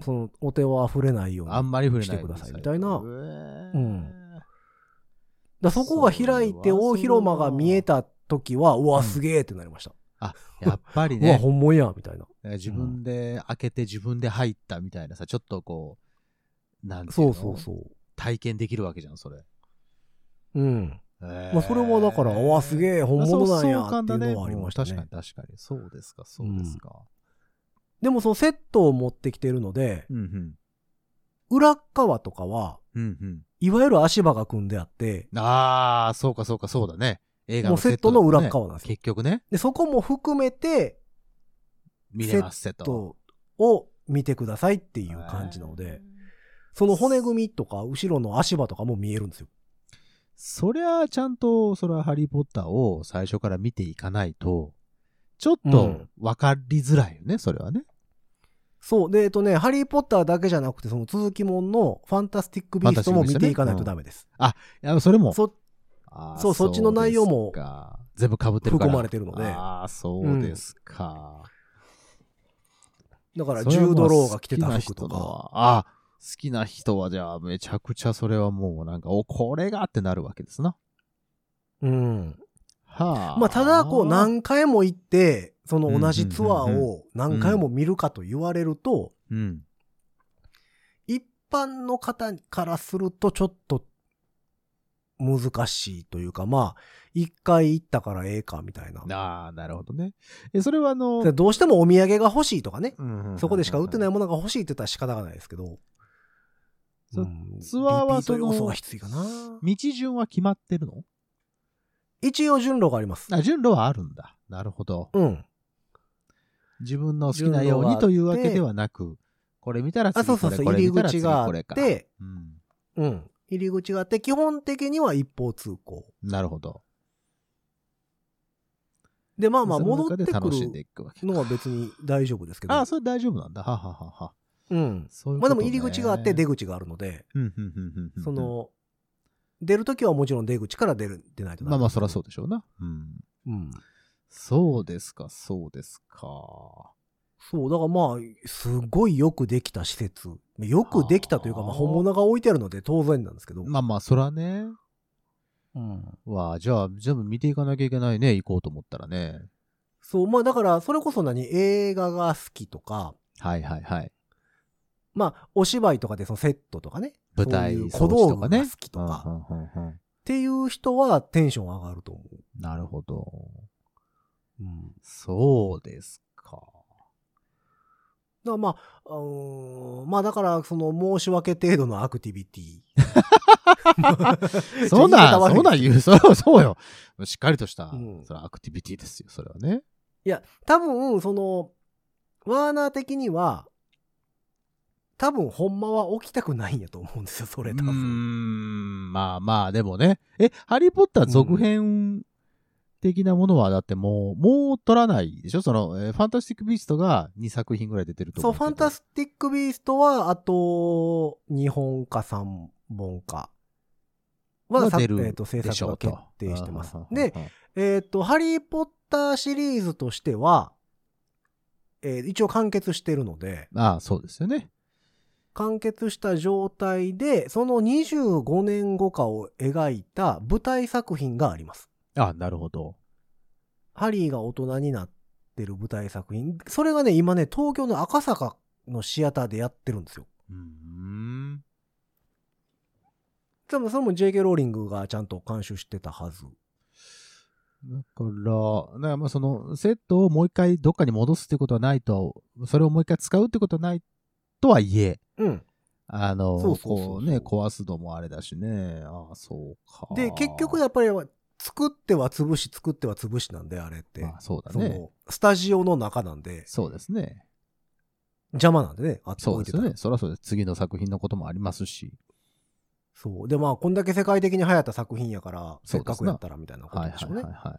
B: その、お手は触れないように。
C: ああんまり触れない
B: してくださいみたいな
C: うえー
B: うんだからそこが開いて大広間が見えた時は、うわ、
C: うん
B: すげえってなりました。
C: やっぱり
B: うわ、
C: ね、
B: 本物や、みたいな。
C: なんか自分で開けて自分で入ったみたいなさ、ちょっとこう、なんていう
B: そ
C: の
B: うそうそう。
C: 体験できるわけじゃん、それ。
B: うん。
C: え
B: まあ、それはだから、うわ、す
C: え。
B: げえ、本
C: あそう
B: 物なんや、
C: そうか
B: っていうのはありましたね。
C: うん確かに確かに。そうですか、そうですか。
B: でも、そのセットを持ってきてるので、
C: うんうん。
B: 裏っ側とかは、
C: うんうん。
B: いわゆる足場が組んであって、
C: ああ、そうかそうかそうだね。映
B: も
C: 画の
B: うセ
C: セ
B: ッ
C: ッ
B: ト
C: ト
B: の裏
C: だもんね
B: っ側なんですよ
C: 結局ね、
B: で、そこも含めて、
C: 見れます、セット。
B: と、を見てくださいっていう感じなので、その骨組みとか、後ろの足場とかも見えるんですよ。
C: そりゃあちゃんと、それはハリー・ポッターを最初から見ていかないと、ちょっ
B: う
C: と
B: ん
C: 分かりづらいよね、それはね。
B: そう。で、えっとね、ハリー・ポッターだけじゃなくて、その続きもんのファンタスティック・ビーストも見ていかないとダメです。
C: いやそれも、
B: そ
C: あー
B: そうそっちの内容も
C: そうですか全部被ってるから。
B: 含まれてるので
C: ああ、そうですか。
B: だから、
C: それ
B: ジュ
C: はも
B: ー
C: う
B: ド・ローが着て
C: 好き
B: た
C: な
B: 服
C: 人
B: と
C: の
B: か。
C: はああ、好きな人はじゃあ、めちゃくちゃそれはもうなんか、お、これがってなるわけですな。
B: うん。
C: はあ。
B: まあ、ただ、こう、何回も行って、その同じツア
C: うんう
B: ー
C: んうん
B: を何回も見るかと言われると、
C: うん。
B: 一般の方からすると、ちょっと、難しいというか、まあ、一回行ったからええか、みたいな。
C: ああ、なるほどね。え、それはあの、
B: でどうしてもお土産が欲しいとかね。
C: うんうんうん
B: そこでしか売ってないものが欲しいって言ったら仕方がないですけど。
C: そ
B: うん
C: ツアーは
B: リピ
C: そ
B: ート
C: の
B: 要素が必要かな。
C: 道順は決まってるの
B: 一応順路があります。
C: あ、順路はあるんだ。なるほど。
B: うん。
C: 自分の好きなようにというわけではなく、これ見たら次
B: あそう
C: こ
B: そう
C: れ、
B: そう
C: これ
B: 入り
C: 見たら
B: 口
C: 次
B: があ
C: こ
B: っ
C: れか。
B: て、
C: うん。
B: うん。入り口があって、基本的には一方通行。
C: なるほど。
B: で、まあまあ
C: その
B: 戻
C: 中
B: って
C: で
B: く
C: 楽しん
B: る
C: でいくわけ。
B: のは別に大丈夫ですけど。
C: ああ、それ大丈夫なんだ。はははは。
B: うん。
C: そういう
B: ま
C: こ
B: あで
C: と、ね、
B: も入り口があって出
C: 口。
B: 口があるので、
C: うん、うん、うんうんうん。
B: そ、の、出るときはもちろん出口から出る、出ないと。
C: まあまあ、そりゃそううでしょうな。うん。
B: うん。
C: そうですか、そうですか。
B: そう、だからまあ、すごいよくできた施設。よくできたというか、まあ本物が置いてあるので当然なんですけど。
C: まあまあ、そらね。
B: うん。
C: わあ、じゃあ、全部見ていかなきゃいけないね、行こうと思ったらね。
B: そう、まあだから、それこそ何、映画が好きとか、
C: はいはいはい。
B: まあ、お芝居とかでそのセットとかね、
C: 舞台
B: そういう
C: 装
B: 小
C: 置
B: 道
C: と
B: 具
C: か
B: が
C: ね
B: 好きとか、
C: う
B: っ
C: んうんうんうん
B: ていう人はテンション上がると思う。
C: なるほど。
B: うん。だか
C: そうですか。
B: らまあ、うーん、まあだから、その申し訳程度のアクティビティ。
C: そ ん
B: ちょっと言い
C: な
B: 方悪
C: ん、
B: い
C: そんなん言う、そう そうよ。しっかりとした、
B: うん
C: それはアクティビティですよ、それはね。
B: いや、多分、その、ワーナー的には、多分、ほんまは起きたくないんやと思うんですよ、それ多
C: う
B: 分。
C: ーん、まあまあ、でもね。え、ハリー・ポッター続編的なものは、だってもう、もう取らないでしょその、えーファンタスティック・ビーストが2作品ぐらい出てると
B: そ
C: 思
B: う、
C: う
B: フ
C: けど。
B: ァンタスティック・ビーストは、あと、2本か3本かは、さ
C: が
B: えっ、
C: 出る
B: と、制
C: でし
B: 作が
C: ょうと
B: 決定してます
C: うんうん。うんうん
B: で、えっ、と、ハリー・ポッターシリーズとしては、えー一応完結してるので、
C: ああ、そうですよね。
B: 完結した状態で、その25年後かを描いた舞台作品があります。
C: ああ、なるほど。
B: ハリーが大人になっってる舞台作品、それがね、今ね、東京の赤坂のシアターでやってるんですよ。
C: うん。
B: 多分それも JK ローリングがちゃんと監修してたはず。
C: だから、だからまあそのセットをもう一回どっかに戻すってことはないと、それをもう一回使うってことはないとはいえ、
B: うん。
C: あの、
B: そうそうそうそう
C: こうね、壊すのもあれだしね。ああ、そうか。
B: で、結局やっぱり、作っては潰し、作っては潰しなんで、あれって。
C: まあ、そうだ
B: そ
C: ね。
B: の、スタジオの中なんで、
C: そうですね。
B: 邪魔なんでね、あっち
C: そ
B: 置
C: う
B: い
C: で
B: てた
C: すよ
B: ら
C: ね。そらそうです。次の作品のこともありますし。
B: そう。で、まあ、こんだけ世界的に流行った作品やから、
C: そ
B: せ
C: う
B: っ
C: ですな
B: かくやったらみたいなこ
C: は
B: と
C: い
B: でしょ
C: は
B: うね。
C: いはいはい。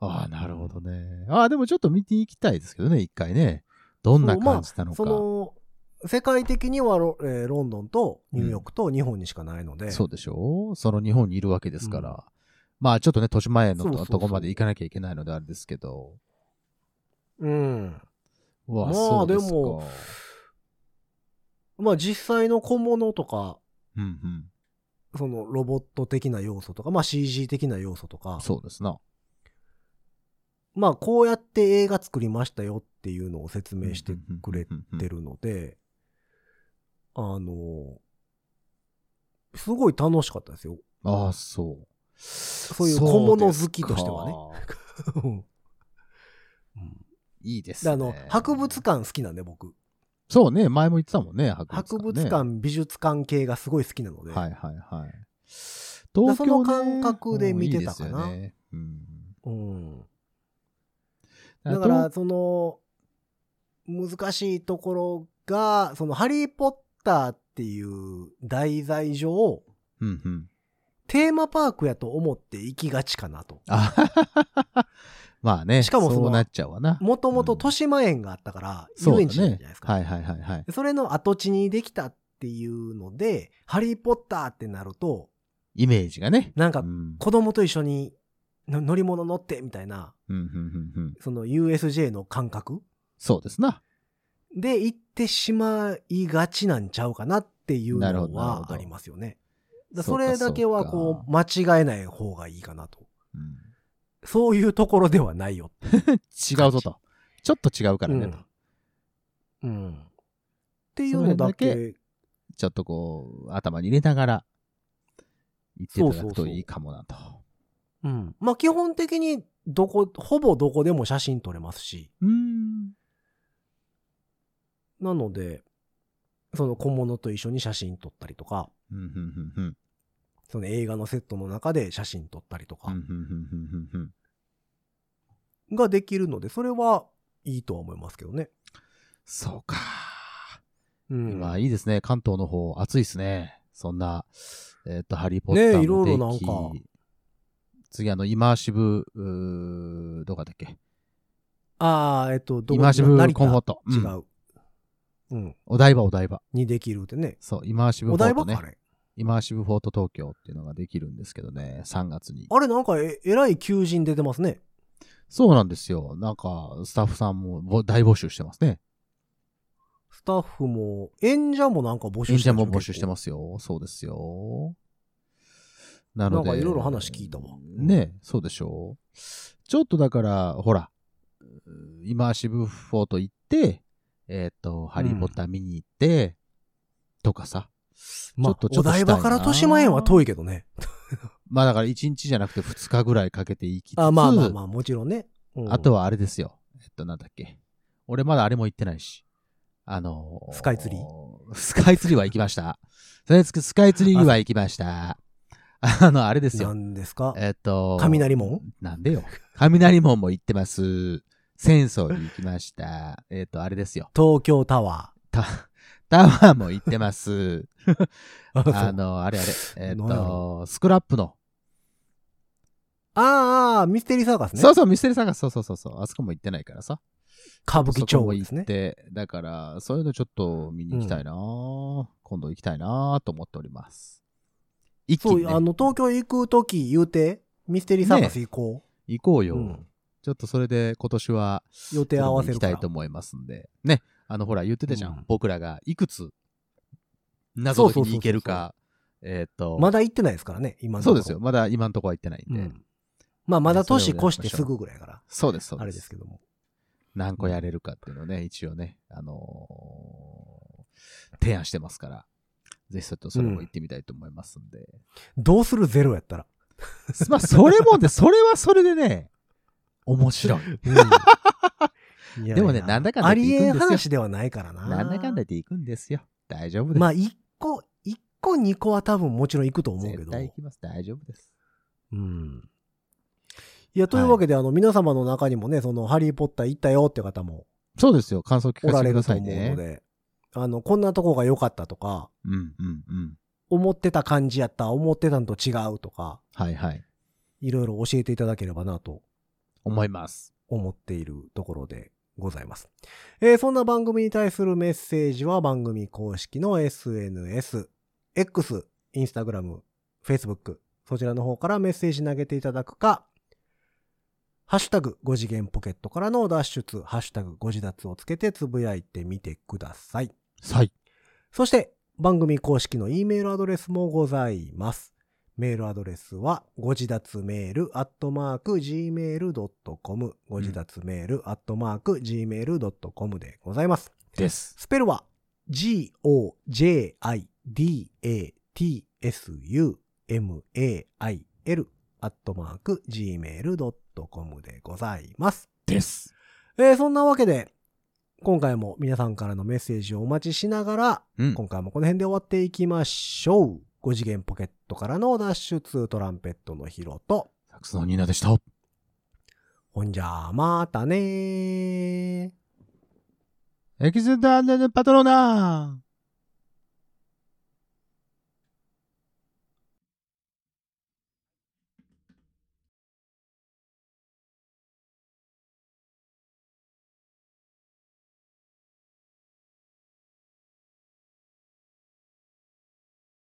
C: ああ、なるほどね。ああ、でもちょっと見ていきたいですけどね、一回ね。どんな感じなのか。
B: その、世界的にはロ,、えーロンドンとニューヨークと日本にしかないので、
C: そうでしょうその日本にいるわけですから。まあちょっとね、年前の
B: そう
C: と
B: そうそう
C: とこまで行かなきゃいけないのであれですけど。
B: うん。
C: うわ、
B: まあ
C: そうですか。
B: でもまあ、実際の小物とか、
C: うんうん。
B: そのロボット的な要素とか、まあ CG 的な要素とか、
C: そうですな。
B: まあこうやって映画作りましたよっていうのを説明してくれ
C: うんうんうんうん
B: てるので、あの、すごい楽しかったですよ。
C: ああ、そう。
B: う
C: そう
B: いう小物好きとしてはね
C: ですか。
B: うん
C: いいです
B: で
C: ね。
B: あの、博物館好きなんで僕。
C: そうね、前も言ってたもんね、博
B: 博
C: 物
B: 物
C: 館、ね。
B: 館、美術館系がすごい好きなので、
C: はいはいはい。東京、ね、
B: その感覚で見てたかな
C: うんいいですよねうん、
B: うん。だから、その、難しいところが、その、ハリー・ポッターっていう題材上、
C: うんうん。
B: テーマパークやと思って行きがちかなと。
C: あ まあね、
B: しかもその
C: うなっちゃうわな。
B: もともと豊島園があったから、
C: そう
B: 遊
C: だ
B: 園地じゃない
C: ね
B: です。か。
C: はいはいはいはい。
B: それの跡地にできたっていうので、ハリー・ポッターってなると、
C: イメージがね。
B: なんか
C: う、ん
B: 子供と一緒にの乗り物乗ってみたいな、
C: うんうんうんうん
B: その USJ の感覚
C: そうですな。
B: で行ってしまいがちなんちゃうかなっていう
C: なるほ
B: の
C: どなるほ
B: は
C: ど
B: ありますよね。だ
C: そう
B: そ
C: か
B: れだけは
C: そう
B: こう間違えない方がいいかなと。
C: うん
B: そういうところではないよ。
C: 違うぞと。ちょっと違うからね、と
B: うん。うんっていうのだ
C: その
B: け、
C: ちょっとこう、頭に入れながら、言っていただく
B: そうそうそ
C: と
B: う
C: いいかもなと。
B: うん。まあ基本的にどこ、ほぼどこでも写真撮れますし、
C: うん。
B: なので、その小物と一緒に写真撮ったりとか、
C: うんうんうんうん。
B: その映画のセットの中で写真撮ったりと
C: うん
B: か
C: うんうんうんうんうん
B: ができるので、それはいいとは思いますけどね。
C: そうか。
B: うん。
C: 今、いいですね。関東の方、暑いですね。そんな、えっ、と、ハリー・ポッ
B: ねえ
C: ター
B: い
C: も
B: ろい
C: で
B: ろ
C: き、
B: なんか
C: 次、あの、イマーシブ、うーどこだっけ
B: ああ、えっと、ど
C: イマーシブコンフォー
B: ー
C: ト。
B: 違
C: ん
B: う。うん。
C: お台場、お台場。
B: にできるってね。
C: そう、イマーシブフ
B: お
C: ォー
B: 台
C: ト
B: 場
C: ね
B: かあ。れ。
C: イマーシブフォート東京っていうのができるんですけどね、3月に。
B: あれなんかえ、えらい求人出てますね。
C: そうなんですよ。なんか、スタッフさんもぼ大募集してますね。
B: スタッフも、演者もなんか募集
C: 演
B: して
C: 者
B: る
C: も募集し
B: 結
C: てますよ。そうですよ。なので。
B: なんかいろいろ話聞いたわ
C: ねえそうでしょう。ちょっとだから、ほら、うーイマーシブフォート行って、えっ、と、ハリーポッター見に行って、とかさ。
B: 構まあ
C: ちょっとちょ
B: お
C: っとしたい
B: 台
C: な
B: 場から豊島園は遠いけどね。
C: まあだから1日じゃなくて2日ぐらいかけて行きつつ、
B: あまあまあまあ、もちろんね。うん
C: あとはあれですよ。えっと、なんだっけ。俺まだあれも行ってないし。あのー
B: スカイツリ
C: スカイツリーは行きました。 それつくスカイツリーは行きました。 あの、あれですよ。
B: 何ですか
C: えっと、
B: 雷門
C: なんでよ。雷門も行ってます。浅草に行きました。えっと、あれですよ。
B: 東京タワ
C: タ、 タワーも行っ てます。
B: ー。
C: あの、あれあれ。えっ
B: なんや
C: と、スクラップの。
B: あーあー、ミステリーサーカスね。
C: そうそう、ミステリーさんが、そうそうそうそう。あそこも行ってないからさ。
B: 歌舞伎
C: そこ
B: 町
C: も
B: で
C: 行
B: すね
C: っ。て、だから、そういうのちょっと見に行きたいな、今度行きたいなと思っております。一気
B: そう、
C: に、ね、
B: あの、東京行くとき言うて、ミステリーサーカス行こ
C: 行こう
B: う。
C: よ、
B: うん
C: ちょっとそれで今年は、
B: 予定合わせ
C: 行き
B: る
C: た
B: か
C: い
B: ら
C: と。思いますんで。ね、あの、ほら、言ってたじゃん。
B: うん
C: 僕らがいくつ、謎解きに行けるか、えっ、と、
B: まだ行ってないですからね、今のと
C: そう
B: ころ
C: ですよ。まだ今のところは行ってないん
B: う
C: で。
B: んまあ、まだ年越してすぐぐらいやから、
C: そうです、そうです。
B: あれですけども。
C: 何個やれるかっていうのをね、一応ね、あのー提案してますから、ぜひちょっとそれも行ってみたいと思いますんで。
B: どうするゼロやったら。
C: まあ、それもね、それはそれでね、面白い。
B: いや
C: でもねなんだかんだ
B: あ
C: 言っ
B: り
C: ていくん
B: え
C: ですよ
B: ん話ではないからな。
C: なんだかんだ言って行くんですよ。大丈夫です。
B: まあ、一個、一個、二個は多分もちろん行くと思うけ
C: 絶
B: ど。
C: 対行きます。大丈夫です。
B: うん。いや、というわけで、あの、皆様の中にもね、その、ハリーポッター行ったよって方も
C: そうですよ。感想聞
B: お
C: からせ
B: れ
C: てく
B: ると
C: ださい
B: 思うの
C: ね。
B: で、あの、こんなとこが良かったとか、
C: うんうんうん。
B: 思ってた感じやった、思ってたんと違うとか、
C: はいはい。
B: いろいろ教えていただければなと
C: 思います。
B: 思っているところでございます。えーそんな番組に対するメッセージは番組公式の SNS、X、Instagram、Facebook、そちらの方からメッセージ投げていただくか、ハッシュタグ5次元ポケットからの脱出、ハッシュタグ5次脱をつけてつぶやいてみてください。
C: はい。
B: そして番組公式の E メールアドレスもございます。メールアドレスは、ご自立メールアットマーク gmail.com、ご自立メールアットマーク gmail.com でございます。
C: です。
B: スペルは、g-o-j-i-d-a-t-s-u-m-a-i-l アットマーク gmail.com でございます。
C: です。
B: えーそんなわけで、今回も皆さんからのメッセージをお待ちしながら、
C: うん。
B: 今回もこの辺で終わっていきましょう。5次元ポケットからの脱出トランペットのヒロと、
C: サックスのニーナでした。
B: ほんじゃあまたねー。
C: エキスダンデンパトローナー